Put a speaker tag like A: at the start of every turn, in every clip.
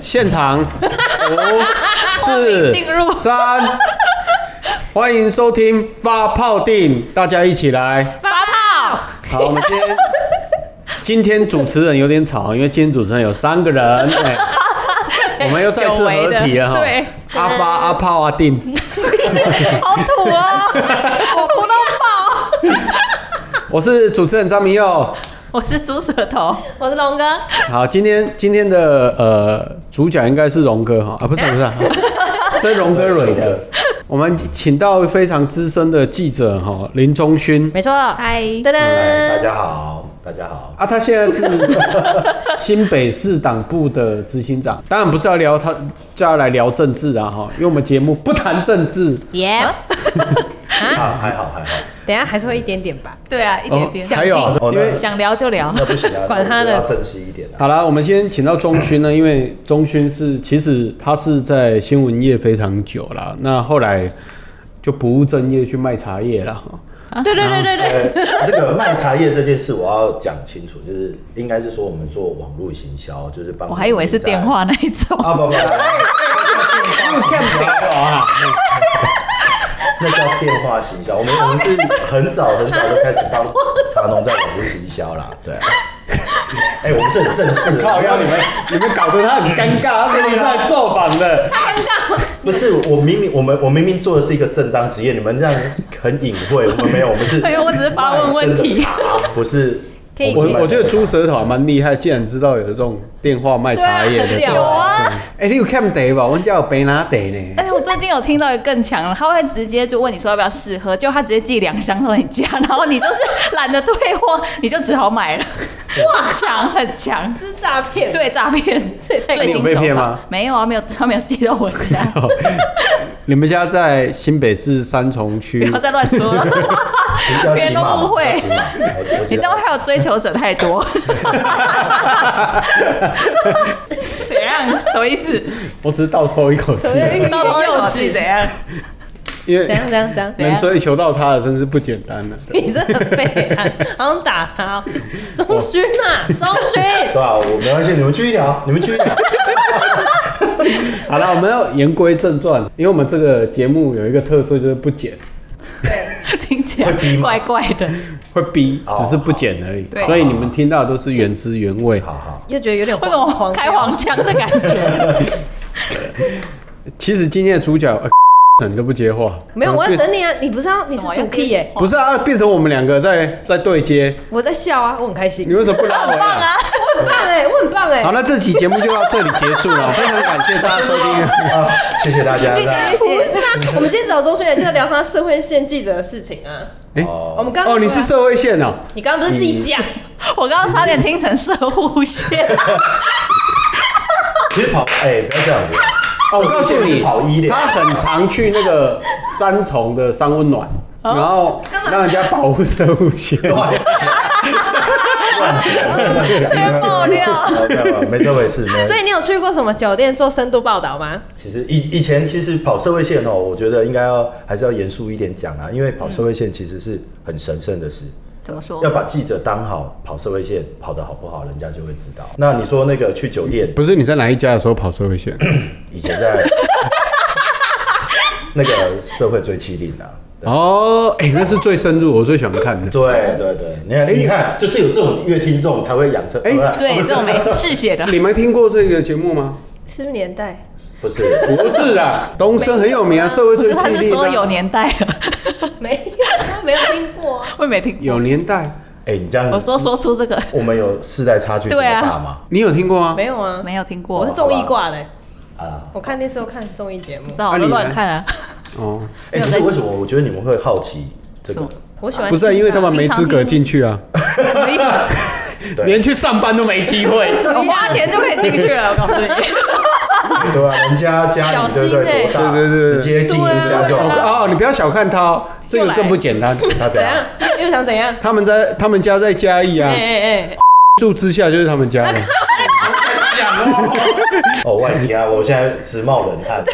A: 现 场五、
B: 名
A: 四
B: 进入、
A: 三，欢迎收听发泡定，大家一起来。
B: 发炮，
A: 好，我们今天今天主持人有点吵，因为今天主持人有三 个人，哎，我们又再次合体了
B: 久
A: 哈
B: 违的。
A: 阿发、阿泡、阿定，
B: 好土哦，我不弄爆。
A: 我是主持人张明佑。
B: 我是猪舌头，
C: 我是龙哥，
A: 好，今天今天的呃主角应该是荣哥哈啊，不是不 是，这是荣哥蕊的。我们请到非常资深的记者哈林中勋
B: 没错。
C: 嗨，
B: 噔
C: 噔
D: 嗨，呃大
C: 噔，
D: 家好，大家好。
A: 啊，他现在是新北市党部的执行长。当然不是要聊他，就要来聊政治啊哈，因为我们节目不谈政治，
B: 耶、
D: 啊，还好还好，
C: 等一下还是会一点点吧。
B: 对啊，一点点。
A: 还有啊
D: 哦
A: 因为
D: 那
B: 想聊就聊，
D: 那 不行啊，
C: 管他
D: 我
C: 的
D: 觉得要正式一点啊。
A: 好啦，我们先请到钟勋呢，因为钟勋是其实他是在新闻业非常久了，那后来就不务正业去卖茶叶了哈。
C: 对对对对对，
D: 呃，这个卖茶叶这件事，我要讲清楚，就是应该是说我们做网络行销，就是帮
B: 我还以为是电话那一种。
D: 啊，不不，哎那叫电话行销
A: 啊，
D: 那叫电话行销。我们我们是很早很早就开始帮茶农在网络行销啦，对。 哎，我们是很正式 的，
A: 靠腰，你们你们搞得他很尴尬，他明明是来受访的。
D: 不是我明明我们我明明做的是一个正当职业，你们这样很隐晦。我们没有，我们 是
B: 哎呦我只是发问问题
D: 卖真的茶，不是。
C: 可以
A: 我
D: 啊
C: 可以
A: 我觉得猪舌头还蛮厉害，竟然知道有这种电话卖茶叶的。
C: 对啊很屌
A: 嗯！
C: 啊
A: 哎，你有看得吧？我们家有白拿得呢
B: 而。哎且我最近有听到一个更强了，他会直接就问你说要不要试喝，就他直接寄两箱到你家， 然后你就是懒得退货，你就只好买了。哇，强很强，
C: 这是诈骗，
B: 对诈 骗
C: 这也太
B: 最
A: 你有
B: 新
A: 被
B: 手
A: 骗
B: 法
A: 吗。
B: 没有啊，没有，他没有寄到我家，
C: 哦
A: 你们家在新北市三重
B: 不
A: 区
B: 要，再乱说了。
D: 骑要
B: 别
D: 骑马嘛，
B: 弄误会
D: 要骑马。哎我
B: 你
D: 记
B: 知
D: 得
B: 道还有追求者太 多，怎样？什么意思？
A: 我只是倒抽一口气
C: 什，么叫欲
B: 到
C: 言
B: 幼
C: 又
B: 稚
C: 止？
B: 怎样？
A: 因
C: 怎
A: 为
C: 样怎样怎样？
A: 能追求到他的真是不简单了。
C: 你这很背啊，好想打他哦，钟勋啊，钟勋，
D: 对啊，我没关系，你们继续聊，你们继续聊。
A: 好了，我们要言归正传，因为我们这个节目有一个特色就是不剪，
B: 听起来
D: 会逼吗
B: 怪怪的。
A: 会逼，
D: 哦
A: 只是不剪而已
B: 对。
A: 所以你们听到都是原汁原味。
D: 好好，
C: 又觉得有点
B: 为什么
C: 黄
B: 开黄腔的感觉？
A: 其实今天的主角，呃你都不接话，
C: 没有，
A: 怎么
C: 我要
A: 变
C: 等你啊！你不是要你是主 key 耶？
A: 不是啊，变成我们两个在在对接，
C: 我在笑啊，我很开心
A: 你，为什么不拉回 来？
C: 我很棒哎，我很棒哎
A: 好，，那这期节目就到这里结束了，非常感谢大家收听。
D: 啊，谢谢大家。
B: 谢谢
D: 那
C: 不是啊，我们今天找钟勋来就要聊他社会线记者的事情啊。
A: 哎
C: 我们刚刚
A: 哦，你是社会线哦，
C: 你刚刚不是自己讲？
B: 我刚刚差点听成射护 线，
D: 其实跑，哎，不要这样子。
A: 哦，我告诉你，
D: 跑一的，
A: 他很常去那个三重的三温暖，
B: 哦
A: 然后让人家保护生物线。
D: 乱讲，乱讲，
B: 被爆料
D: 哦没有没有没这回事， 没有。
C: 所以你有去过什么酒店做深度报道吗？
D: 其实以以前其实跑社会线哦，我觉得应该要还是要严肃一点讲啊，因为跑社会线其实是很神圣的事。
B: 怎么说
D: 要？把记者当好，跑社会线跑得好不好，人家就会知道。那你说那个去酒店，
A: 不是你在哪一家的时候跑社会 线？
D: 以前在那个社会追欺令啊，
A: 哦，哎，那是最深入，我最想看 的。
D: 对对对，你看、你看，就是有这种乐听众才会养成，
A: 哎
D: 呃
B: 对，这种没嗜血的。
A: 你们听过这个节目吗？
C: 是不是年代？
D: 不是
A: 不是啊，东升很有名啊，社会
B: 不
A: 最
B: 是，他
A: 犀
B: 是
A: 利
B: 说
A: 的
B: 有
A: 啊。
B: 年代了，
C: 没有，没有听过啊。
B: 我也没听过。
A: 有年代，
D: 哎、你这样
B: 我说说出这个
D: 我们有世代差距这么
B: 对啊
D: 大吗？
A: 你有听过吗？
C: 没有啊，
B: 没有听过，
C: 我是综艺挂的，
D: 好啦，
C: 我看电视都看综艺节目
B: 不知。道，
A: 啊
B: 我
A: 你呢
B: 乱看啊。
A: 哦，
D: 哎、可是为什么我觉得你们会好奇这
B: 什
D: 个
B: 么？
C: 我喜欢
A: 不是啊，因为他们没资格进去啊，
B: 什么意思？
D: 对
A: 连去上班都没机会。
B: 怎么花钱就可以进去 了？我告诉你。
D: 对啊，人 家家
C: 小
D: 里
C: 心
D: 对
C: 欸
D: 不对？多大？
A: 对对对
D: 直接进人家就
B: 啊
D: 好。
A: 哦，你不要小看他哦，这个更不简单。
D: 他怎
C: 怎
D: 样？
C: 样，又啊想怎样？
A: 他们在他们家在嘉义啊
C: 哎，哎哎，
A: 住之下就是他们家的。
D: 哦，外皮啊！我现在直冒冷汗，自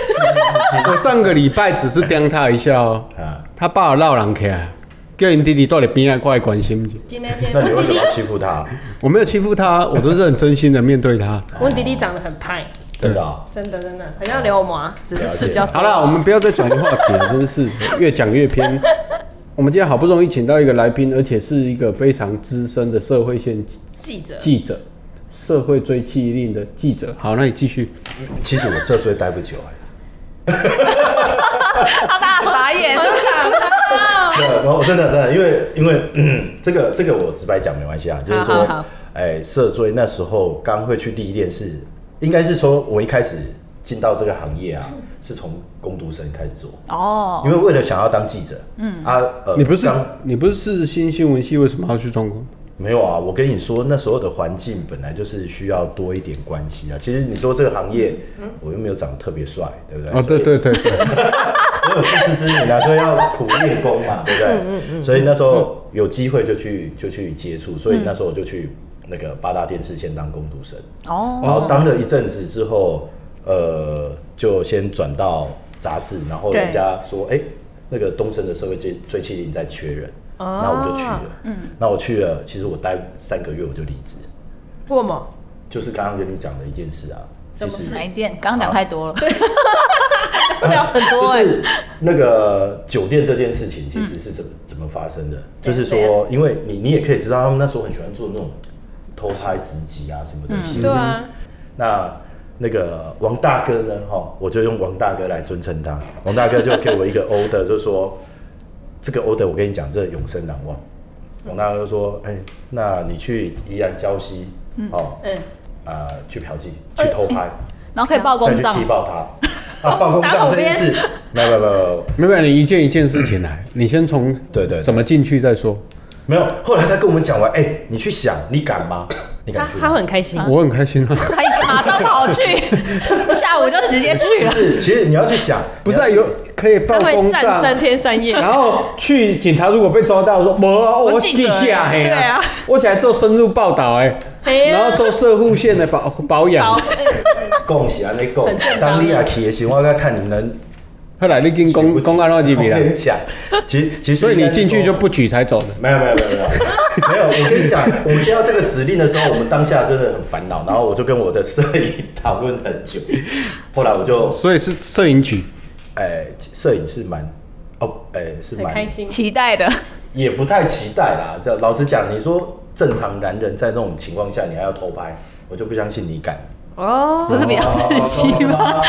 D: 己
A: 我上个礼拜只是盯他一下哦，
D: 啊。
A: 他爸闹人起来，叫你弟弟到你边啊过来关心一下。
C: 今天今
D: 那
C: 天
D: 你为
C: 温
D: 什
C: 迪
D: 么
C: 丽
D: 要，欺负他？
A: 我没有欺负他，我都是很真心的面对他。
C: 温迪丽长得很派，
D: 真的哦。
C: 真的真的，很像流氓，只是吃比较多。
A: 好啦，我们不要再转移话题了，真是越讲越偏。我们今天好不容易请到一个来宾，而且是一个非常资深的社会线
C: 记者
A: 记者，社会追缉令的记者。好，那你继续。
D: 其实我这最待不久哎、
B: 他大傻眼，
D: 对，然后真的真的，因为因为、嗯这个这个我直白讲没关系啊，就是
C: 好
D: 说
C: 好好，
D: 哎，涉追那时候刚会去历练是，应该是说我一开始进到这个行业
C: 嗯
D: 啊，是从攻读生开始做，
B: 哦，
D: 因为为了想要当记者，嗯啊，呃
A: 你不是
D: 刚
A: 你不是新新闻系，为什么要去中国？
D: 没有啊，我跟你说，那时候的环境本来就是需要多一点关系啊。其实你说这个行业，
C: 嗯
D: 我又没有长得特别帅，对不对？
A: 哦，对对对 对，
D: 我有自知之明啊，所以要苦练功嘛，对不对？所以那时候有机会就去就去接触，所以那时候我就去那个八大电视先当工读生，
B: 哦，
D: 然后当了一阵子之后，呃，就先转到杂志，然后
B: 对
D: 人家说，哎、那个东森的社会追追妻令在缺人，
C: 哦
D: 那我就去了，嗯，那我去了，其实我待三个月我就离职，
C: 过吗？
D: 就是刚刚跟你讲的一件事啊，
C: 什
D: 就
C: 么
D: 是
B: 哪一件？刚刚讲太多了。
C: 聊很多
B: 欸
D: 就
C: 哎、
D: 是那个酒店这件事情，其实是怎么、怎么发生的？就是
C: 嗯对啊
D: 说，因为你你也可以知道，他们那时候很喜欢做那种偷拍直击啊什么的行为。
C: 对啊，
D: 那那个王大哥呢？哈，我就用王大哥来尊称他。王大哥就给我一个 order，就说这个 order 我跟你讲，这永生难忘。
C: 嗯
D: 王大哥就说：“哎、那你去宜兰礁溪，哦，
C: 嗯，
D: 啊、去嫖妓，去偷 拍，
B: 然后可以报
D: 再
B: 公
D: 去
B: 账
D: 踢，爆他。啊，曝光账这件事，没有没有没有没有，
A: 没有没有，你一件一件事情来，你先从
D: 对对对
A: 怎么进去再说。
D: 没有，后来他跟我们讲完，哎、你去想，你 敢吗？你
C: 他
D: 敢去吗？
C: 他会很开心，
A: 我很开心啊，
B: 他一马上跑 去，下午就直接去
D: 不
B: 了。
C: 啊
D: 是，其实你要去想，
A: 不是啊、
D: 你要
A: 有可以报
C: 他会
A: 公
C: 站
A: 账，啊
C: 三天三夜。
A: 然后去警察如果被抓到说，没啊
B: 我
A: 我
B: 记者
A: 假嘿，
B: 对啊，
A: 我起来做深入报道哎，
C: 哎呀
A: 然后做社户线的保保
C: 好 哎
A: 养，，
D: 供喜安内供
C: 很正，啊当
D: 当你也去的时候，我要看你能
A: 后来你进公公安乱几笔
D: 我
A: 了，
D: 跟你讲，其实其实
A: 所以
D: 应
A: 你
D: 该是
A: 进去
D: 说
A: 就不举才走的。
D: 没有没有没有没 有没有，我跟你讲，我们接到这个指令的时候，我们当下真的很烦恼，然后我就跟我的摄影讨论很久，后来我就
A: 所以是摄影局，
D: 哎，摄、影是蛮哦，哎、是
C: 很
D: 蛮
C: 开心。
B: 期待的，
D: 也不太期待啦。这老实讲，你说正常男人在那种情况下，你还要偷拍，我就不相信你敢。
C: 哦，
B: 不是比较刺激
D: 哦
B: 吗？？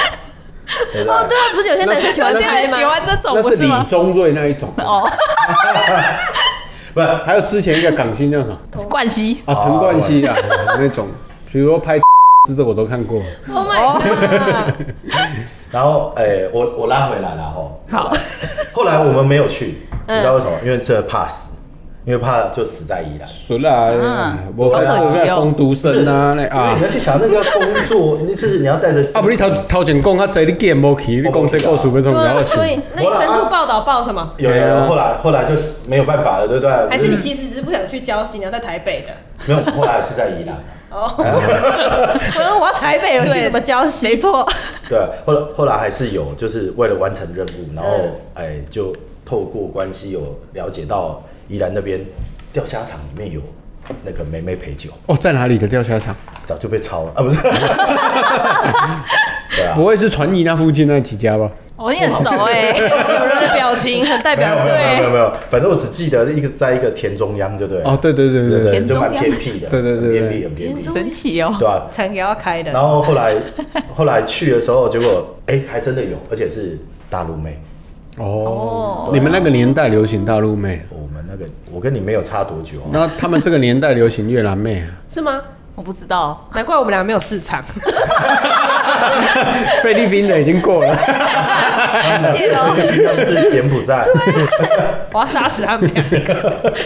D: 对不对？
C: 啊，不是有些男生喜欢
B: 我现在
C: 拍吗？
B: 喜欢这种，
A: 那
B: 不
A: 是
B: 是
A: 李
B: 吗？
A: 宗瑞那一种，
B: 哦，
D: 不是，
A: 还有之前一个港星那种
B: 冠希，
A: 啊，陈冠希啊那种，比如说拍 这个我都看过，
C: Oh my god！
D: 然后哎、我我拉回来了吼。
B: 好，
D: 后来我们没有去，
C: 嗯
D: 你知道为什么？因为真的怕死，因为怕就死在宜兰。
A: 熟啦，哎我
D: 好可
B: 惜哦
A: 在攻读生啊那
D: 因为
A: 啊
D: 你。要去想那个工作，你就是你要带着
A: 啊，不，你头头前讲较济，你见无去，你讲这故事要从
C: 对
A: 哪
C: 啊，
A: 里
C: 所以
A: 想？
C: 那你深度报道报什么？
D: 有有
A: 哎
D: 有，
A: 呀
D: 后来后来就是没有办法了，对不对？
C: 还是你
D: 我就
C: 其实只是不想去交心，你要在台北的？
D: 没有？后来是在宜兰。
C: 哦， 我说我要台北了，去怎么交心？没错，
D: 对，后来后来还是有，就是为了完成任务，然后
C: 嗯
D: 哎、就透过关系有了解到宜兰那边钓虾场里面有那个梅梅陪酒，
A: 哦，在哪里的钓虾场？
D: 早就被抄了啊，不是？对啊，
A: 不会是传艺那附近那几家吧？
B: 我也熟哎，
C: 有人的表情很 代
D: 没
C: 表
D: 有没有没有没
C: 对
D: 有没有，反正我只记得一个在一个田中央，对不对？
A: 哦，对对对对
D: 对对
A: 对，
D: 对，就蛮偏僻的，
A: 对对对对
D: 很偏僻很偏僻，
B: 神奇哦，
D: 对吧、
C: 才给要开的
D: 然。后后来后来去的时候，结果哎、还真的有，而且是大陆妹。
A: 哦，你们那个年代流行大陆妹，
D: 我们那个我跟你没有差多久啊，
A: 那他们这个年代流行越南妹啊，
C: 是吗？
B: 我不知道，
C: 难怪我们俩没有市 场。
A: 菲律宾的已经过了，
B: 谢喽，
D: 那是柬埔 寨。
C: 我要杀死他们俩，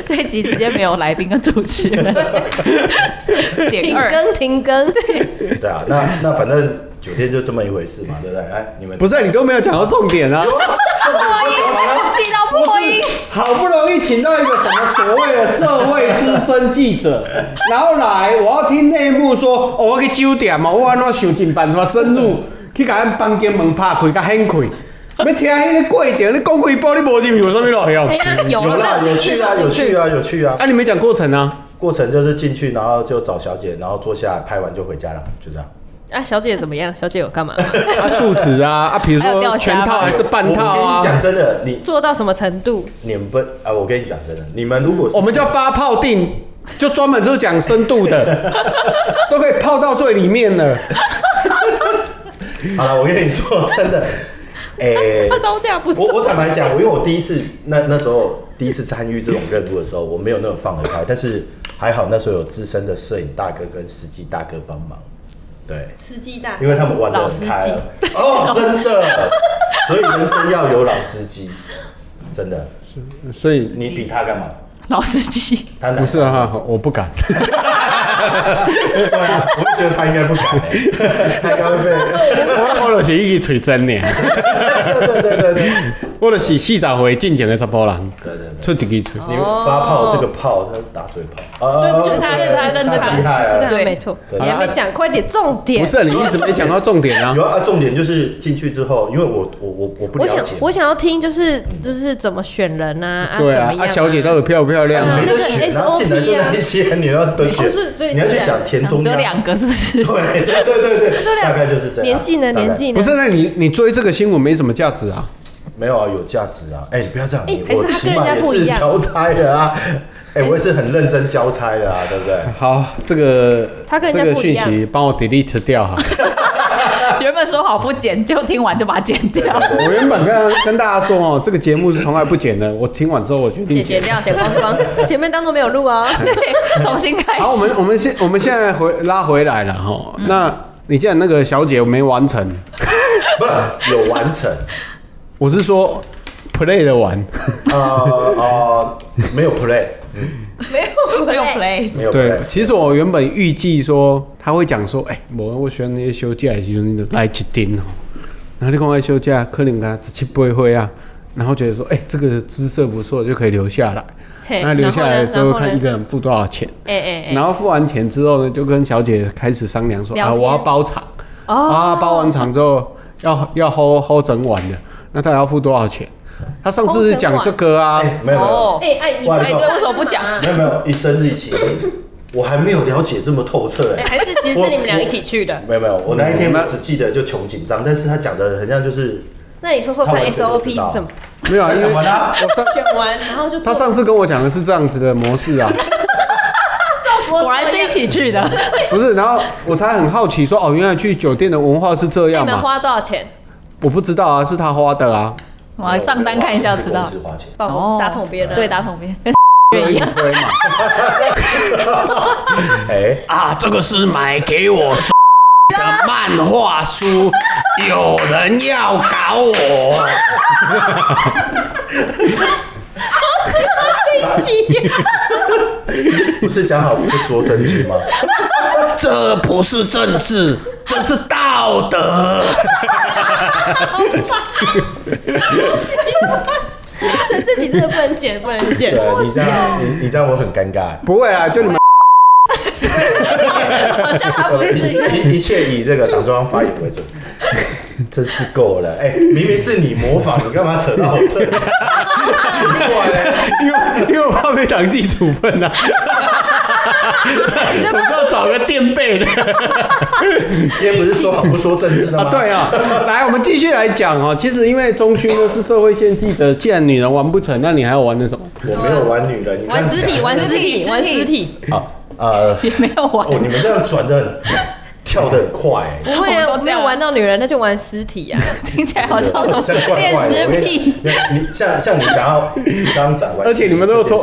B: 这一集直接没有来宾跟主持 人，减
C: 停
B: 二，
C: 更停更。
D: 对啊，那那反正酒店就这么一回事嘛，对不对？哎，你 们
A: 不是啊你都没有讲到重点啊，
B: 气到破音，
A: 好不容易请到一个什么所谓的社会资深记 者，然后来我要听内幕说，哦，我去酒店嘛，我安怎想尽办法深入去甲咱房间门拍开，甲掀开，要听迄个过程，你讲几步你无入去有啥物路用
C: 哎？呀， 有
D: 有啦，
C: 了，
D: 有趣啊，有趣
C: 啊。
D: 啊，有趣啊。
A: 啊，你没讲过程啊？
D: 过程就是进去，然后就找小姐，然后坐下来拍完就回家了，就这样。
C: 啊，小姐怎么样？小姐有干嘛？
A: 啊，数值啊，啊，比如
B: 还有掉
A: 说
B: 价
A: 全
B: 吗
A: 套还是半套
D: 我我跟你
A: 啊
D: 讲，真的，你
C: 做到什么程度？
D: 你们不啊，我跟你讲真的，你们如果
A: 嗯
D: 是
A: 我们叫发泡定，就专门就是讲深度 的，都可以泡到最里面了。
D: 好了，我跟你说真的，哎、
C: 他招架不
D: 我我
C: 住，
D: 坦白讲，我因为我第一次那那时候第一次参与这种任务的时候，我没有那种放得开，但是还好那时候有资深的摄影大哥跟司机大哥帮忙，对，
C: 司机大哥，
D: 因为他们玩的
C: 老
D: 很
C: 司
D: 开
C: 机
D: 啊，哦，真的，所以人生要有老司机，真的，
A: 所以
D: 你比他干嘛？
B: 老司机，
D: 他
A: 不
D: 难
A: 是啊，我不敢。
D: 对啊，我就觉得他应该不敢、欸，他应该会被，
A: 我我就是一直吹真呢，
D: 对对对对，
A: 我就是四十岁进前的查甫人，
D: 对对对。
A: 出一支嘴。
D: 你发炮这个炮，他打嘴炮
C: 对，
D: 啊，
C: 就是他，
D: 对
C: 对他，真的
D: 他
C: 他，
D: 厉害
C: 就是
D: 啊
C: 他，
B: 对
C: 没错。
D: 对
C: 你还没讲，快点，重点。
A: 不是，啊你一直没讲到重点啊
D: 有。啊，重点就是进去之后，因为我我我我不
C: 我
D: 了
C: 想
D: 解，
C: 我想要听，就是就是怎么选人啊，啊，怎么
A: 对啊
C: 样，
A: 啊，小姐到底漂不漂亮啊
D: 没？
C: 那
D: 得
C: 个
D: 选，然
C: SOP
D: 后进来就那一些，你要得选
C: 哦是所以，
D: 你要去
C: 这两
D: 想填中
B: 只有
D: 央，
B: 两个是不是？
D: 啊对对对对对，
C: 这两
D: 大概就是这样。
C: 年纪呢？
D: 大概
C: 年纪呢？
A: 不是，那你你追这个新闻没什么价值啊。
D: 没有啊，有价值啊！哎，你不要这样，
C: 哎
D: 你
C: 还是
D: 我
C: 他
D: 起
C: 跟人
D: 码
C: 家
D: 也
C: 不
D: 是
C: 一样
D: 交差的啊， 哎，我也是很认真交差的啊，对不对？
A: 好，这个
C: 他跟人家
A: 这个
C: 不一
A: 讯
C: 样
A: 息帮我 delete 掉 哈。
D: 啊
B: 原本说好不剪，就听完就把它剪掉。
A: 我原本跟跟大家说哦，这个节目是从来不剪的。我听完之后，我决定
C: 剪
A: 剪
C: 剪。掉，剪光光，前面当做没有录啊。
B: 对，重新开始。
A: 好，我 们我们现我们现在回拉回来了哈。
C: 嗯
A: 那你既然那个小姐没完成，
D: 不，有 完成，
A: 我是说 play 的完，
D: 呃呃，没有 play，
C: 没有，
B: 没有 play，
D: 没有
A: 对
D: play，，
A: 其实我原本预计说他会讲说，哎、无我选那些休假的时候，你就来一顶哦。然后你看我休假，可能跟他十七八岁啊，然后觉得说，哎、这个姿色不错，就可以留下来。
C: 嘿
A: 那留下来之后，
C: 然后呢
A: 看一个人付多少钱。
C: 哎哎哎，
A: 然后付完钱之后呢，就跟小姐开始商量说，
C: 聊
A: 啊，
C: 天
A: 我要包场。
C: 哦
A: 啊，包完场之后要要 hold hold 整晚的，那他要付多少钱？他上次是讲这个啊，
D: 哎，没有没有。
B: 哦，
C: 哎哎，你
D: 哇
C: 哎
D: 你
C: 对，为什么不讲啊？
D: 没有没有，一生日起，我还没有了解这么透彻哎、
C: 哎，还是其实是你们俩一起去的。
D: 没有没有，我那一天
A: 嗯
D: 我
A: 那
D: 只记得就穷紧张，但是他讲的很像就是
C: 那你说说看
D: 他完全都
C: SOP
D: 知道
C: 是什么？
A: 没有啊，因为
D: 讲完啦
A: 我上
C: 选完然后就
A: 他上次跟我讲的是这样子的模式啊，
B: 果然是一起去的。
A: 不是，然后我才很好奇说，哦，原来去酒店的文化是这
C: 你
A: 样
C: 们
A: 嘛？
C: 哎花多少钱？
A: 我不知道啊，是他花的啊，
B: 我账单看一下就知道
D: 是。哦公司花钱，
C: 帮哦打桶边的，啊
B: 对，打桶边。
A: 一推嘛。
D: 哎、
A: 啊，这个是买给我的漫画书，有人要搞我。
D: 不是讲好不说真句 吗？
A: 这不是政治，这是道德。
C: 自己真的不能剪，不能 剪。
D: 对你这样，你你这样我很尴尬。
A: 不会啊，就你们
B: 好像 他不是。
D: 呃一一一切以这个党中央发言为 准，真是够了！哎、明明是你模仿，你干嘛扯到我这里？ 奇怪嘞、
A: 因为因为我怕被党纪处分啊，总是要找个垫背的
D: 你今天不是说好不说政治的吗？
A: 啊。对啊，来，我们继续来讲哦。其实因为中勋呢是社会线记者，既然女人玩不成，那你还要玩那什么？
D: 我没有玩女人，你这样
C: 玩实体，
D: 讲
C: 玩
B: 实
C: 实
B: 体
C: 体，玩实体。
D: 好，呃，
B: 也没有玩
D: 哦，你们这样转的很，跳的很快、欸。
C: 不会啊，
B: 我
C: 我
B: 们都这样
C: 没有玩到女人，那就玩尸体 啊。
B: 听起来好像
D: 这样
B: 说
D: 怪
B: 恋
D: 怪
B: 尸。
D: 的
B: 癖。
D: 我跟你你像像你讲到你刚刚讲完，
A: 而且你们都穿，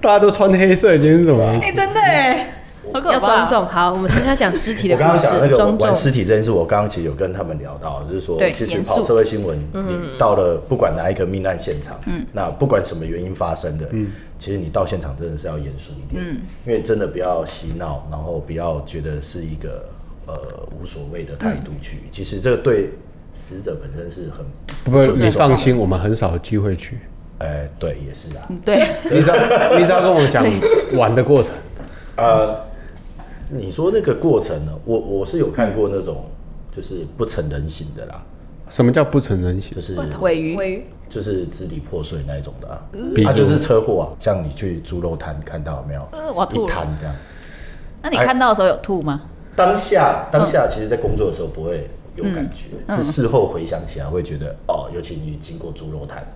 A: 大家都穿黑色，已经是什么？
B: 哎，真的哎，好可
C: 要
B: 怕
C: 庄。重。好，我们听他讲尸体的
D: 我
C: 故
D: 刚刚讲那
C: 事，
D: 个
C: 庄重
D: 玩。尸体这件事，我刚刚其实有跟他们聊到，就是说
C: 对，
D: 其实
C: 严肃嗯
D: 跑社会新闻，你到了不管哪一个命案现场，那不管什么原因发生的，其实你到现场真的是要严肃一点，
C: 嗯
D: 因为真的不要嬉闹，然后不要觉得是一个呃无所谓的态度
C: 嗯
D: 去，其实这个对死者本身是很，
A: 不，你放心，我们很少有机会去。
D: 呃，对，也是
C: 嗯
D: 啊，
B: 对，
A: 你只要 你只要跟我讲玩的过程，
D: 呃，你说那个过程呢，我我是有看过那种就是不成人形的啦，
A: 什么叫不成人形
D: 就？是
B: 尾鱼
C: 尾鱼
D: 就是支离破碎那一种的、啊，
A: 比
D: 它、
A: 如
D: 就是车祸啊，像你去猪肉摊看到有没有？
B: 呃我要吐
D: 一
B: 了
D: 摊这样，
B: 那你看到的时候有吐吗？
D: 当下当下其实在工作的时候不会有感觉，
B: 嗯
D: 是事后回想起来会觉得哦，尤其你经过猪肉摊，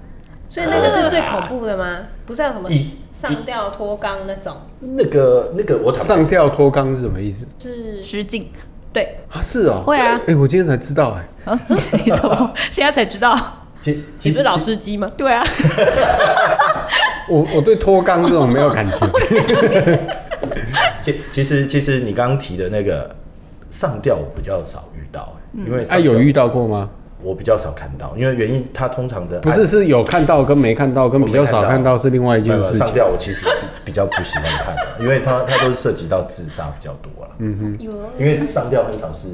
C: 所以那个是最恐怖的吗？不是有什么
D: 一
C: 上吊脱肛那种？
D: 那个那个我坦白
A: 上吊脱肛是什么意思？
C: 是，
B: 失禁，
C: 对，
A: 啊，是哦、
B: 会啊
A: 哎、我今天才知道哎、
B: 哦你怎么现在才知道？
D: 其
C: 你
D: 其
C: 是
D: 实
C: 老
D: 其
C: 司机吗？
B: 对啊，
A: 我我对脱肛这种没有感 觉。
D: 其其实其实你刚刚提的那个上吊我比较少遇到、欸因为
A: 哎、
D: 上吊
A: 有遇到过吗？
D: 我比较少看到，因为原因它通常的
A: 不是，是有看到跟哎没看到，跟比较少看到是另外一件
D: 没有
A: 事
D: 上
A: 情。
D: 吊我其实比 较不喜欢看的、因为它它都是涉及到自杀比较多啦。嗯哼，
C: 有啊
D: 因为上吊很少是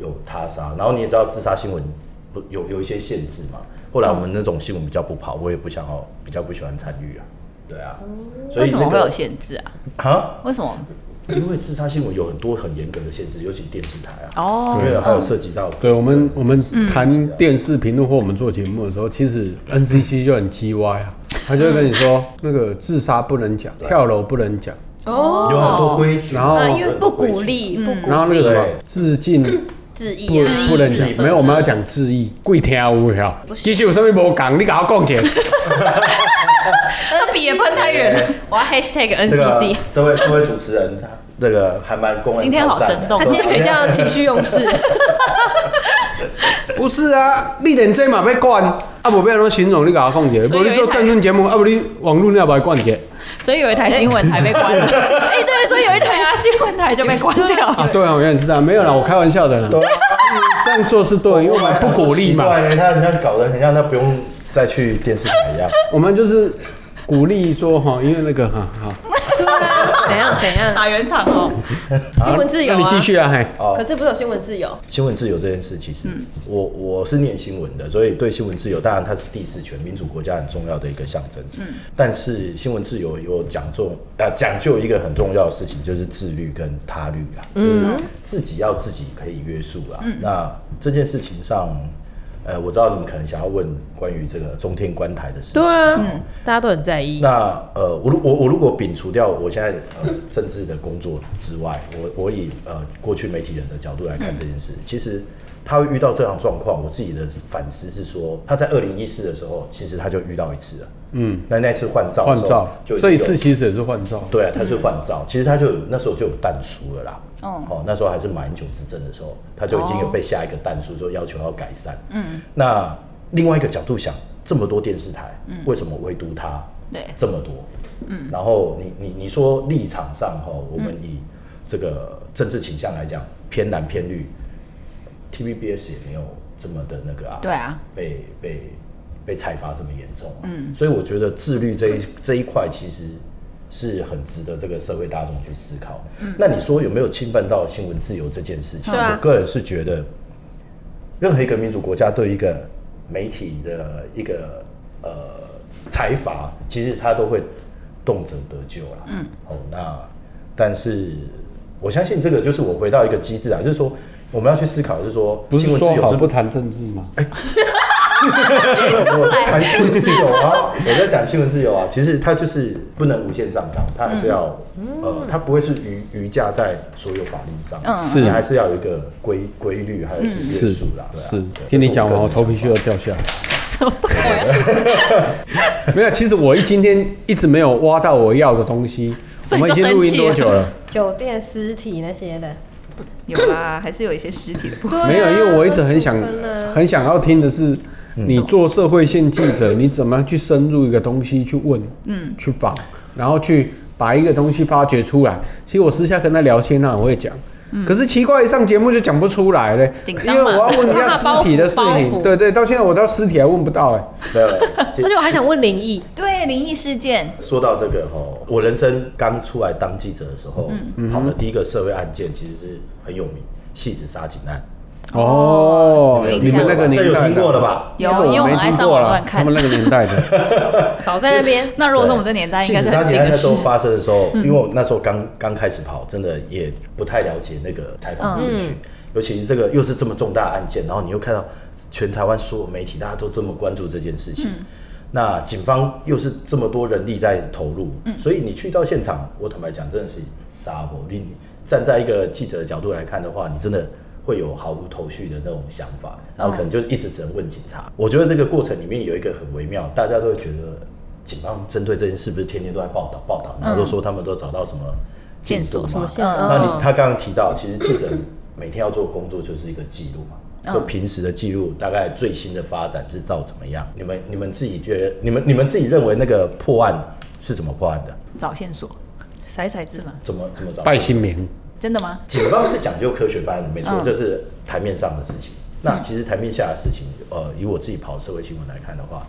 D: 有他杀，然后你也知道自杀新闻不有有一些限制嘛。后来我们那种新闻比较不跑，我也不想要，比较不喜欢参与啊。对啊，
C: 哦
D: 所
B: 为
D: 以
B: 什
D: 那
B: 么会有
D: 个
B: 限制啊？
D: 啊，
B: 为什么？
D: 因为自杀新闻有很多很严格的限制，尤其电视台啊。
B: 哦，
D: 因为还有涉及到
A: 对我们，我们谈电视评论或我们做节目的时候，其实 NCC 就很鸡歪啊，他就会跟你说，那个自杀不能讲，跳楼不能讲，
C: 哦，
D: 有很多规矩，呃
A: 然后
C: 啊，因为不鼓励，不鼓
A: 然后那个
C: 励
A: 什么
D: 对
A: 致敬
C: 自意
A: 嗯不
C: 啊，
A: 不能
D: 自
A: 讲
D: 己，
A: 没有，我们要讲致意，跪听有没有？其实有什么无讲，你给我讲解。
B: 那笔也喷太远了，我要 hashtag
D: 这个
B: NCC。
D: 这位这位主持人，他这个还蛮公然
B: 今天好
D: 挑战的
B: 生动
C: 他今天比较情绪 用事，
A: 不是啊，你连这嘛要管，啊无要怎么形容你给我讲解，
B: 所以
A: 无
B: 有一
A: 你做政论节目，啊无你网络你也不来管解。
B: 所以有一台新闻台被关了。哎，对，所以有一台啊新闻台就被关掉
A: 啊，
B: 了。
A: 对啊，我原来是这样，没有啦，我开玩笑的啦。
D: 对啊
A: 这样做是对，因为我们不鼓励嘛
D: 奇，怪他很像搞得很像他不用再去电视台一 样。
A: 我们就是鼓励说哈，因为那个哈好，
C: 对啊，怎样怎样，
B: 打圆场哦，
C: 新闻自由
A: 那你
C: 啊
A: 继，续啊，嘿，
D: 哦
C: 可，是不是有新闻自由？
D: 新闻自由这件事，其实
C: 嗯
D: 我我是念新闻的，所以对新闻自由，当然它是第四权民主国家很重要的一个象征。嗯，但是新闻自由有讲重啊讲究一个很重要的事情，就是自律跟他律啊，
C: 嗯
D: 就是自己要自己可以约束啊。那这件事情上，呃，我知道你们可能想要问关于这个中天观台的事情。
C: 对啊，
B: 嗯
C: 大家都很在意。
D: 那呃，我如我我如果摒除掉我现在呃政治的工作之外，我我以呃过去媒体人的角度来看这件事，其实他会遇到这样的状况，我自己的反思是说，他在二零一四的时候，其实他就遇到一次了，
A: 嗯，
D: 那那次换照的
A: 换
D: 时候
A: 照，
D: 就已经
A: 这一
D: 有
A: 次其实也是换照，
D: 对啊，他是换照，其实他就有那时候就有弹书了啦。
B: 哦
D: 哦，那时候还是马英九执政的时候，他就已经有被下一个弹书，说要求要改善。嗯，那另外一个角度想，这么多电视台，为什么唯独他
B: 对
D: 这么多？嗯，然后你你你说立场上哈，我们以这个政治倾向来讲，偏蓝偏绿，TVBS 也没有这么的那个啊。
B: 对啊，
D: 被被被采伐这么严重、啊，嗯，所以我觉得自律这一这一块其实是很值得这个社会大众去思考。那你说有没有侵犯到新闻自由这件事情？
C: 对啊
D: 我个人是觉得，任何一个民主国家对一个媒体的一个呃财阀，其实他都会动辄得咎啦。嗯，哦，那但是我相信这个就是我回到一个机制啊，就是说我们要去思考，就是说
A: 不是
D: 新闻自
A: 说
D: 由
A: 好
D: 是哎
A: 不谈政治吗？
D: 我在谈新闻自由啊，我在讲新闻自由啊。其实它就是不能无限上纲，它还是要、呃，它不会是余余架在所有法律上，
B: 嗯
A: 是
D: 你还是要有一个规规律，还有是
A: 哎是
D: 约束啦。对啊
A: 是
D: 对，
A: 听你
D: 这是
A: 讲完，
D: 个
A: 我
D: 人
A: 头皮
D: 想
A: 屑
D: 法
A: 都掉下来。
B: 怎么办？
A: 没有，其实我一今天一直没有挖到我要的东西。
B: 所
A: 我
B: 以
A: 们已
B: 就
A: 经
B: 生
A: 录音
B: 气
A: 多
B: 了
A: 久了？
C: 酒店尸体那些的，
B: 有啦，还是有一些尸体的部分。
C: 对啊
A: 没有，因为我一直很想
C: 都不分啊
A: 很想要听的是，
D: 嗯
A: 你做社会线记者，你怎么样去深入一个东西去问，嗯，去访，然后去把一个东西发掘出来。其实我私下跟他聊天呢，我会讲。可是奇怪，一上节目就讲不出来嘞，
B: 紧
A: 因
B: 张嘛
A: 为我要问一下尸体的事
C: 包袱包
A: 情。
C: 袱
A: 对对，到现在我到尸体还问不到哎、
D: 对，啊
C: 而且我还想问灵异，
B: 对，灵异事件，
D: 说到这个哦，我人生刚出来当记者的时候，跑的第一个社会案件其实是很有名，戏子杀警案。
A: 哦，
B: 有
A: 你们那个
D: 这
A: 年
D: 有
A: 代
D: 听过
A: 的
D: 了？吧？
B: 有
A: 这个，
B: 因为
A: 我
B: 我
A: 没
B: 很爱
A: 听
B: 上
A: 过
B: 网乱
A: 了，
B: 看
A: 他。们那个年代的。
C: 少在那边。
B: 那如果是我们这年代，应
D: 戏
B: 该
D: 子
B: 是
D: 杀
B: 很
D: 警
B: 几
D: 案
B: 个嗯
D: 那时候
B: 事。
D: 发生的时候，因为我那时候刚刚开始跑，真的也不太了解那个采
B: 嗯
D: 访的顺序，尤其是这个又是这么重大的案件，然后你又看到全台湾所有媒体大家都这么关注这件事
B: 嗯
D: 情，那警方又是
B: 嗯
D: 这么多人力在投入，所以你去到现场，我坦白讲，真的是傻我，你站在一个记者的角度来看的话，你真的会有毫无头绪的那种想法，然后
B: 哦
D: 可能就一直只能问警察。我觉得这个过程里面有一个很微妙，大家都会觉得警方针对这件事不是天天都在报道报道，然后都说他们都找到什么进
B: 嗯线索
D: 度
B: 什
D: 嘛
B: 么，
C: 线索
D: 那你
C: 嗯
D: 他刚刚提到，其实记者每天要做工作就是一个记录嘛，就平时的记录，大概最新的发展是到怎么样？你们你们自己觉得，你们你们自己认为那个破案是怎么破案的？
B: 找线索，甩骰子嘛？
D: 怎么怎么找？
A: 拜新明，
B: 真的吗？
D: 警方是讲究科学办案，没错
B: 嗯，
D: 这是台面上的事情。那其实台面下的事情，呃，以我自己跑社会新闻来看的话，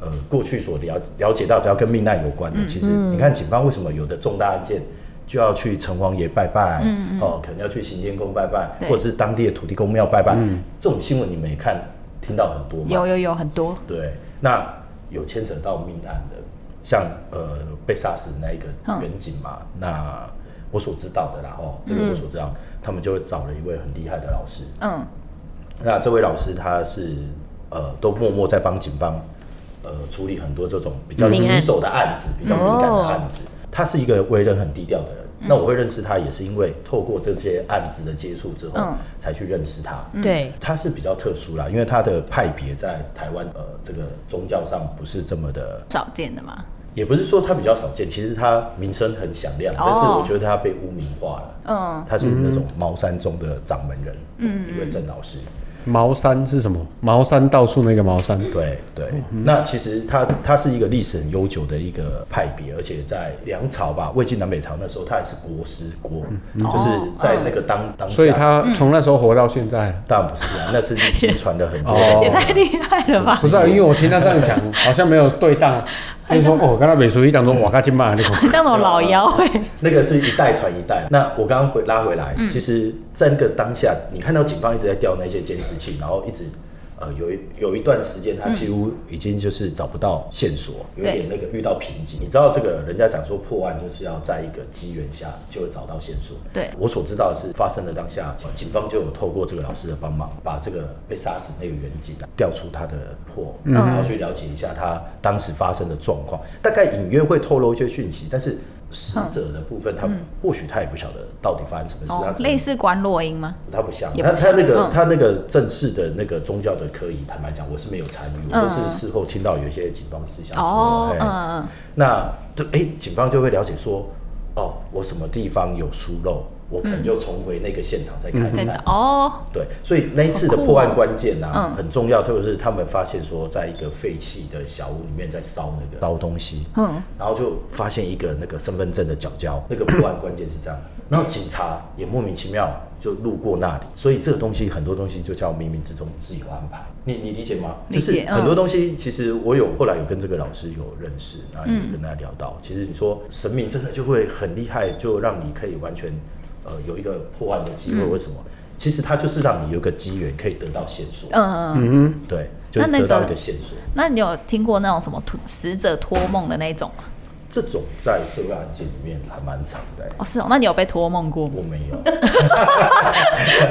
D: 呃，过去所了了解到，只要跟命案有关
B: 嗯
D: 的，其实你看警方为什么有的重大案件就要去城隍爷拜拜，哦，可能要去行天宫拜拜，
B: 嗯对
D: 或者是当地的土地公庙拜拜，这种新闻你们也看听到很多嘛？
B: 有有有很多，
D: 对，那有牵扯到命案的，像呃被杀死的那一
B: 嗯
D: 个远景嘛，那我所知道的啦，哦，这个我所知道，他们就会找了一位很厉害的老师。
B: 嗯，
D: 那这位老师他是呃都默默在帮警方呃处理很多这种比较棘手的案子，
B: 哦
D: 比较敏感的案子。他是一个为人很低调的人。那我会认识他，也是因为透过这些案子的接触之后，
B: 嗯
D: 才去认识他。
C: 对，
D: 它是比较特殊啦，因为它的派别在台湾呃这个宗教上不是这么的，
B: 少见的嘛。
D: 也不是说它比较少见，其实它名声很响亮，
B: 哦
D: 但是我觉得它被污名化了。
B: 嗯，
D: 他是那种茅山中的掌门人，嗯，一位郑老师，
A: 茅山是什么？茅山道术那个茅山，
D: 对对。那其实他他是一个历史很悠久的一个派别，而且在梁朝吧，魏晋南北朝那时候，他还是国师国，就是在那个当当下，
A: 哦所以他从那时候活到现在了。
D: 当然不是啊，那是历经传了很多的
A: 哦
B: 也太厉害了吧！
A: 不是、啊，因为我听他这样讲，好像没有对当，就是说哦，刚才美术一当中，哇，他金骂你看。
B: 像那种老妖哎、
D: 那个是一代传一
B: 嗯
D: 代。那我刚刚回拉回来，其实在那个当下，你看到警方一直在调那些监视器，然后一直呃有一有一段时间，他几乎已经就是找不到线索，有
B: 对
D: 点那个遇到瓶颈。你知道这个人家讲说破案就是要在一个机缘下就会找到线索。
B: 对
D: 我所知道的是发生的当下，警方就有透过这个老师的帮忙，把这个被杀死那个远景调出他的破，
B: 嗯
D: 然后去了解一下他当时发生的状况，大概隐约会透露一些讯息，但是死者的部分，他或许他也不晓得到底发生什么事，
B: 嗯
D: 他
B: 哦，
D: 只能
B: 类似管裸音吗？
D: 他不像，
B: 也不
D: 他他那个、
B: 嗯
D: 他那个正式的那个宗教的科仪，坦白讲，我是没有参与，我都是事后听到有一些警方思想说，
B: 嗯哦，
D: 哎
B: 嗯嗯，
D: 那就哎、警方就会了解说，哦，我什么地方有疏漏，我可能就重回那个现场再看
B: 嗯
D: 一
B: 在
D: 看。
B: 找哦，
D: 对，所以那一次的
B: 好酷哦
D: 破案关键啊，
B: 嗯
D: 很重要，就是他们发现说，在一个废弃的小屋里面在烧那个烧东西，
B: 嗯，
D: 然后就发现一个那个身份证的角胶，那个破案关键是这样。
B: 嗯
D: 然后警察也莫名其妙就路过那里，所以这个东西很多东西就叫冥冥之中自有安排。你你理解吗？
B: 理
D: 就
B: 解嗯
D: 是很多东西，其实我有后来有跟这个老师有认识，然后也跟他聊到，其实
B: 嗯
D: 你说神明真的就会很厉害，就让你可以完全呃有一个破案的机会，为什么？其实它就是让你有一个机缘可以得到线索，
B: 嗯嗯嗯。
A: 嗯，
D: 对，就
B: 那那
D: 得到一
B: 个
D: 个线索。
B: 那你有听过那种什么托死者托梦的那种吗？
D: 这种在社会案件里面还蛮常的、欸
B: 哦，是哦，那你有被托梦过吗？
D: 我没有。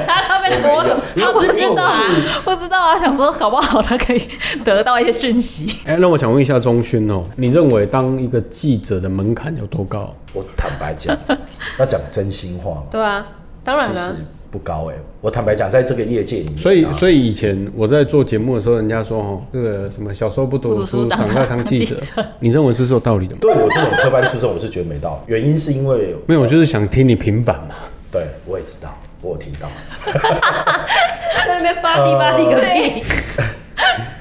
C: 他他被拖走，他不知道啊。
B: 不知道啊，想说搞不好他可以得到一些讯息。
A: 哎、那我想问一下钟勋哦，你认为当一个记者的门槛有多高？
D: 我坦白讲，要讲真心话嘛，
C: 对啊， 当然
D: 其实
C: 了，
D: 不高哎、我坦白讲，在这个业界里面啊、
A: 所以，
D: 以
A: 所以以前我在做节目的时候，人家说哦，这个什么小时候不读书，
B: 不读书
A: 长大当记者
B: 长大当记者，
A: 你认为是有道理的吗？
D: 对我这种科班出身，我是觉得没道理。原因是因为
A: 没有，我就是想听你平反嘛。
D: 对我也知道，我有听到。
C: 在那边巴唧巴唧个
A: 呃
C: 屁。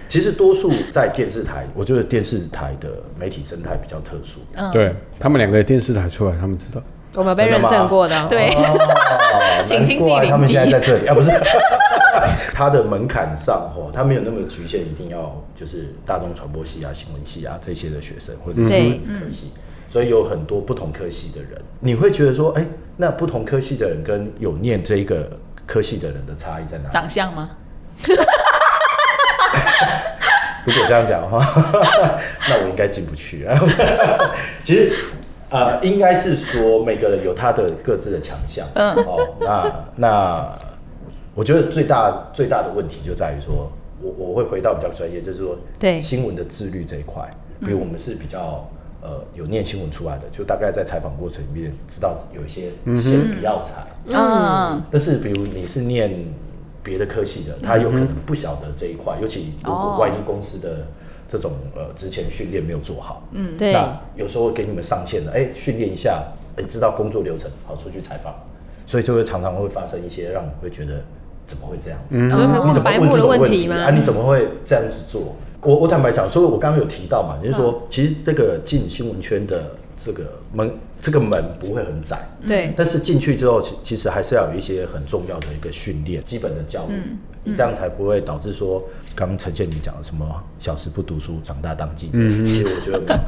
D: 其实多数在电视台，我觉得电视台的媒体生态比较特殊。
A: 对他们两个电视台出来，他们知道。
C: 我们被认证过的，
B: 对，
D: 哦
B: 请听第
D: 难怪
B: 零
D: 他们
B: 集
D: 现在在这里啊，不是？ 它的门槛上哦，它没有那么局限，一定要就是大众传播系啊、新闻系啊这些的学生，或者是
B: 对
D: 文科系，所以有很多不同科系的人，你会觉得说，哎、那不同科系的人跟有念这个科系的人的差异在哪里？
B: 长相吗？
D: 如果这样讲的话， 那我应该进不去啊。 其实，呃，应该是说每个人有他的各自的强项。嗯，哦，那那我觉得最大最大的问题就在于说，我我会回到比较专业，就是说，
C: 对
D: 新闻的自律这一块，比如我们是比较呃有念新闻出来的，就大概在采访过程里面知道有一些先不要采，
B: 嗯，
D: 但是比如你是念别的科系的，他有可能不晓得这一块，尤其如
B: 哦
D: 果万一公司的这种呃之前训练没有做好，嗯，
C: 对，
D: 那有时候给你们上线了，哎、训练一下，哎、知道工作流程，好出去采访，所以就会常常会发生一些让你会觉得怎么会这样子？
C: 我们
D: 你
C: 问
D: 怎么
C: 白
D: 问
C: 目
D: 这
C: 的
D: 种问
C: 题
D: 题
C: 吗？
D: 啊？你怎么会这样子做？我我坦白讲，所以我刚刚有提到嘛，就是说，
C: 嗯
D: 其实这个进新闻圈的这个门，这个门不会很窄，
C: 对，
D: 但是进去之后，其其实还是要有一些很重要的一个训练、基本的教育，你这样才不会导致说，刚刚呈现你讲的什么小时不读书，长大当记者。其实我觉得没有，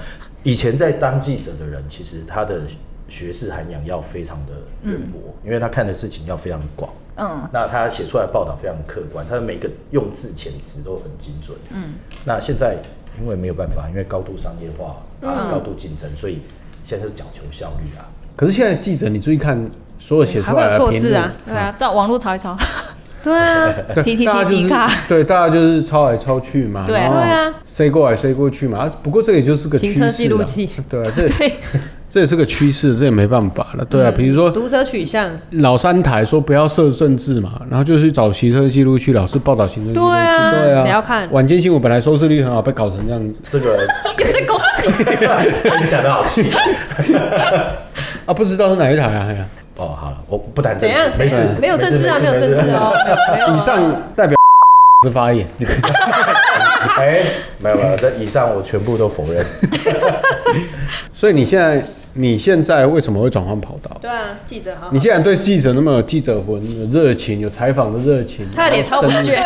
D: 以前在当记者的人，其实他的学识涵养要非常的渊博，因为他看的事情要非常广。
B: 嗯，
D: 那他写出来的报道非常客观，他的每个用字遣词都很精准。嗯，那现在因为没有办法，因为高度商业化啊，高度竞争，所以现在是讲求效率啊。
A: 可是现在记者，你注意看，所有写
C: 还
A: 出
C: 会
A: 来
C: 有
A: 的
C: 错
A: 评
C: 字啊
A: 论，，
B: 对啊，照网络抄一抄，
C: 对啊，
A: 对
B: PTT
A: 大家就是
B: 迪卡
A: 对，大家就是抄来抄去嘛，
B: 对
A: 然后
C: 对啊
A: 塞过来塞过去嘛。啊不过这也就是个趋
C: 行
A: 势
C: 车
A: 啊
C: 记录器，
A: 对啊，这
B: 对，
A: 这也是个趋势，这也没办法了。
C: 嗯
A: 对啊，比如说
C: 读者 取向，
A: 老三台说不要设政治嘛，然后就去找行车记录器，老是报道行车记录器，
C: 对啊
A: 对啊，
C: 谁要看
A: 晚间新闻本来收视率很好，被搞成这样子
D: 这个
B: 有在攻击，
D: 你讲的好气
A: 啊，不知道是哪一台啊？哎呀，
D: 哦。好了，我不谈
C: 怎
D: 政
C: 样
D: 治，？没事
C: 怎样，没有政治啊，
D: 事
C: 没有政治。哦，没有没有。
A: 啊以上代表 之发言，
D: 事事哎，没有没有，这以上我全部都否认。
A: 所以你现在你现在为什么会转换跑道？
C: 对啊，记者好好
A: 你。既然对记者那么有记者魂、有热情、有采访的热情，
C: 他的脸超不屑，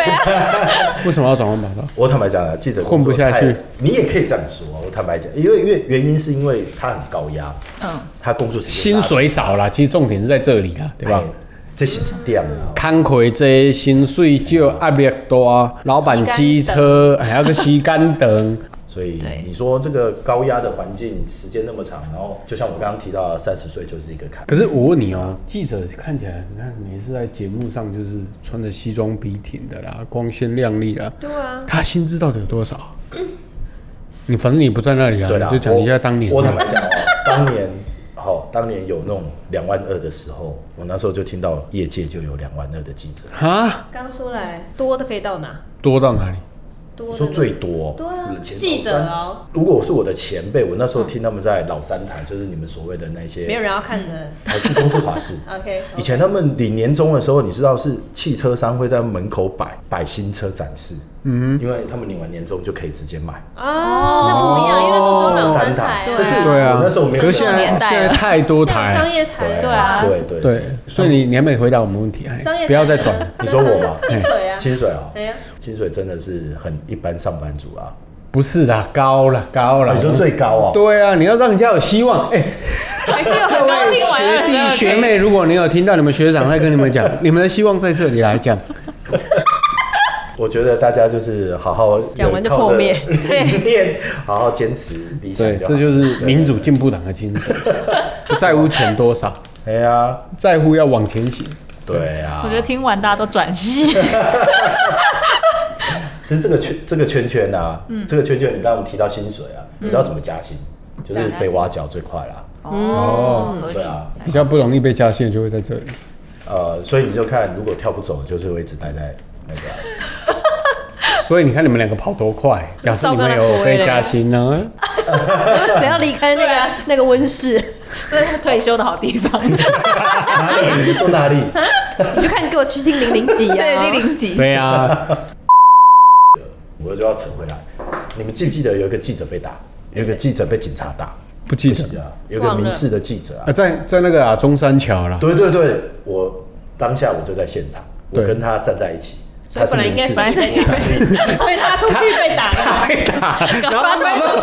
A: 为什么要转换跑道？
D: 我坦白讲啊，记者
A: 混不
D: 工作
A: 下
D: 太
A: 去，
D: 你也可以这样说啊。我坦白讲，因为因为原因是因为他很高压，
B: 嗯，
D: 他工作时间
A: 薪水少啦，其实重点是在这里啦，对
D: 大
A: 吧
D: 哎？这是一点啊。
A: 工课这薪水就压力大，啊老板机车哎还要个吸干 等，
D: 所以
B: 对
D: 你说这个高压的环境，时间那么长，然后就像我刚刚提到，三十岁就是一个坎。
A: 可是我问你哦、记者看起来，你看每次在节目上就是穿着西装笔挺的啦，光鲜亮丽啦，
C: 对啊，
A: 他薪资到底有多 少？你反正你不在那里啊，
D: 对啦
A: 你就讲一下当年
D: 我。我坦白讲哦， 当年，好、当年有那种两万二的时候，我那时候就听到业界就有两万二的记者，
A: 啊，
C: 刚出来多的可以到哪？
A: 多到哪里？
C: 多
D: 你
C: 的
D: 说最多，哦
C: 对啊
D: 前
C: 记者哦。
D: 如果我是我的前辈，我那时候听他们在老三台，就是你们所谓的那
C: 没有
D: 些
C: 人要看的。
D: 台式、中式、华式。
C: OK，
D: 嗯以前他们领年终的时候，你知道是汽车商会在门口摆摆新车展示，嗯，因为他们领完年终就可以直接买。
C: 哦，那不一样，因为那时候只有老三台啊，
D: 哦但是
A: 对啊
D: 我，那时候没有
A: 可是现在
B: 年
A: 现
B: 代了
A: 在太多
C: 像
A: 台
C: 商
A: 了，
C: 业台
D: 对
B: 啊
D: 对对
A: 对，所以你你还没回答我们问题，哎
C: 商业台
A: 不要再转了。
D: 你说我吗
C: 薪水啊，
D: 薪水啊、
C: 对啊，
D: 薪水真的是很一般上班族啊。
A: 不是啦，高啦，高啦。
D: 你说最高哦、
A: 对啊，你要让人家有希望。哎、
C: 还是有
A: 各
C: 很高
A: 位
C: 听完
A: 学
C: 二十
A: 弟
C: 二
A: 学妹，如果你有听到你们学长在跟你们讲，你们的希望在这里来 讲。
D: 我觉得大家就是好好
C: 讲完就
D: 靠着
C: 破 灭
D: 理念，好好坚持理想
A: 对，
D: 好
A: 这就是
D: 对
A: 民主进步党的精神，不 在乎钱多少，
D: 哎呀，
A: 在乎要往前行。
D: 对啊 呀、
B: 我觉得听完大家都转系，
D: 其实这个圈这个圈圈啊，这个圈圈，你刚刚我们提到薪水啊，你知道怎么加薪，就是被挖角最快啦。
A: 哦，
B: 合理
D: 对啊，
A: 比较不容易被加薪就会在这里。
D: 呃，所以你就看，如果跳不走，就是会一直待在那个啊。
A: 所以你看你们两个跑多快，表示你们有被加薪呢、
C: 谁要离开那
B: 对
C: 个那个温室？
B: 这是退休的好地 方。
D: 哪里？你说哪里？
C: 你就看给我去听零零几啊，
B: 对，第零集，
A: 对呀、啊，
D: 我就要扯回来。你们记不记得有一个记者被打，有一个记者被警察打？
A: 不记得
D: 不啊，有一个民事的记者啊
A: 啊，。在在那个啊中山桥啦，
D: 对对对，我当下我就在现场，我
A: 对
D: 跟他站在一起。
C: 所以
D: 他是
C: 本来应该
D: 民事
B: 本
D: 的，
B: 来是
D: 我是
C: 所以他出去被打了。
A: 被打，然后他马上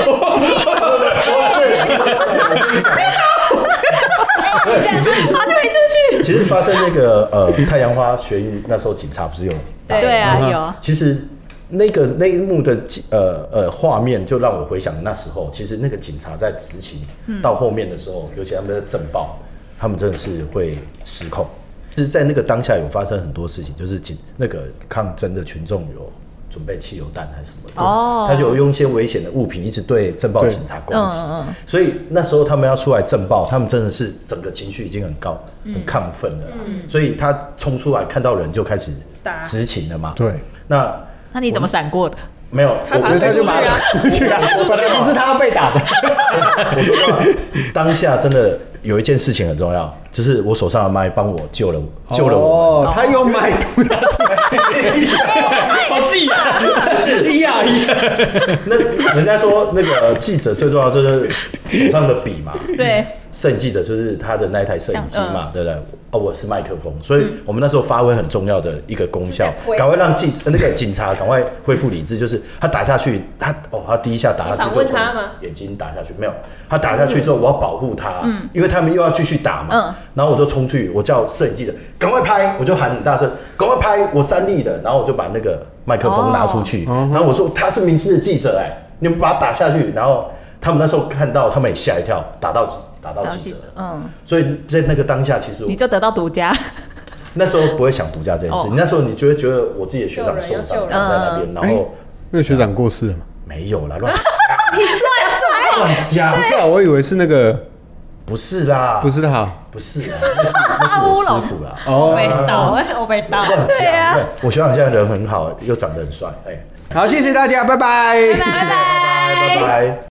B: 他就没出去。
D: 其实发生那个呃太阳花学运那时候，警察不是有打
B: 对啊，
A: 嗯
B: 有
D: 其实那个那一幕的记呃呃画面，就让我回想那时候，其实那个警察在执勤、
B: 嗯
D: 到后面的时候，尤其他们在震爆，他们真的是会失控。其实，在那个当下有发生很多事情，就是警那个抗争的群众有准备汽油弹还是什么的，
B: 哦
D: 他就有用一些危险的物品一直对镇暴警察攻击
B: 对嗯嗯嗯，
D: 所以那时候他们要出来镇暴，他们真的是整个情绪已经很高、很亢奋了啦，
B: 嗯
D: 所以他冲出来看到人就开始
C: 打
D: 执勤了嘛，
A: 对，
D: 那
B: 那你怎么闪过的？
D: 没有，
C: 他
D: 我
C: 把他
D: 我
C: 推
D: 就
C: 出去
D: 把
C: 啊
D: 他，
A: 去啦，本来不是他要被打的，
D: 我说实话 当下真的有一件事情很重要，就是我手上的麦帮我救了我，救了我
A: 哦，他用麦毒打出 来，好啊细呀，一呀一呀，
D: 们。那人家说那个记者最重要就是手上的笔嘛，
B: 对，
D: 摄影记者就是他的那一台摄影机
C: 嗯
D: 嘛，对不对？哦，我是麦克风，所以我们那时候发挥很重要的一个功效
C: 挥，
D: 赶快让记呃那个警察赶快恢复理智。就是他打下去，他哦，他第一下打下去，
C: 你访问他吗？嗯
D: 眼睛打下去没有？他打下去之后，我要保护他，因为他们又要继续打嘛。然后我就冲去，我叫摄影记者赶快拍，我就喊很大声，赶快拍，我三立的。然后我就把那个麦克
C: 哦
D: 风拿出去，然后我说他是民事的记者，哎，你们把他打下去。然后他们那时候看到，他们也吓一跳，打到打到记者。
B: 嗯，
D: 所以在那个当下，其实我
B: 你就得到独家，
D: 那时候不会想独家这件事，
B: 哦
D: 你那时候你就会觉得我自己的学长
C: 救人
D: 受
C: 要
D: 伤，
C: 救人
D: 躺在那边，然后
A: 那学长过世了吗？
D: 没有啦，乱加乱加，
A: 不是啊，我以为是那个，
D: 不是啦，
A: 不是他。
D: 不是啦，那是那是我师傅啦。
A: 哦
C: 我被盗，哎我被盗。
D: 乱
B: 对啊
D: 讲，对我学长现在人很好，又长得很帅，哎，
A: 好，谢谢大家，拜拜
B: 拜拜。
D: 拜拜。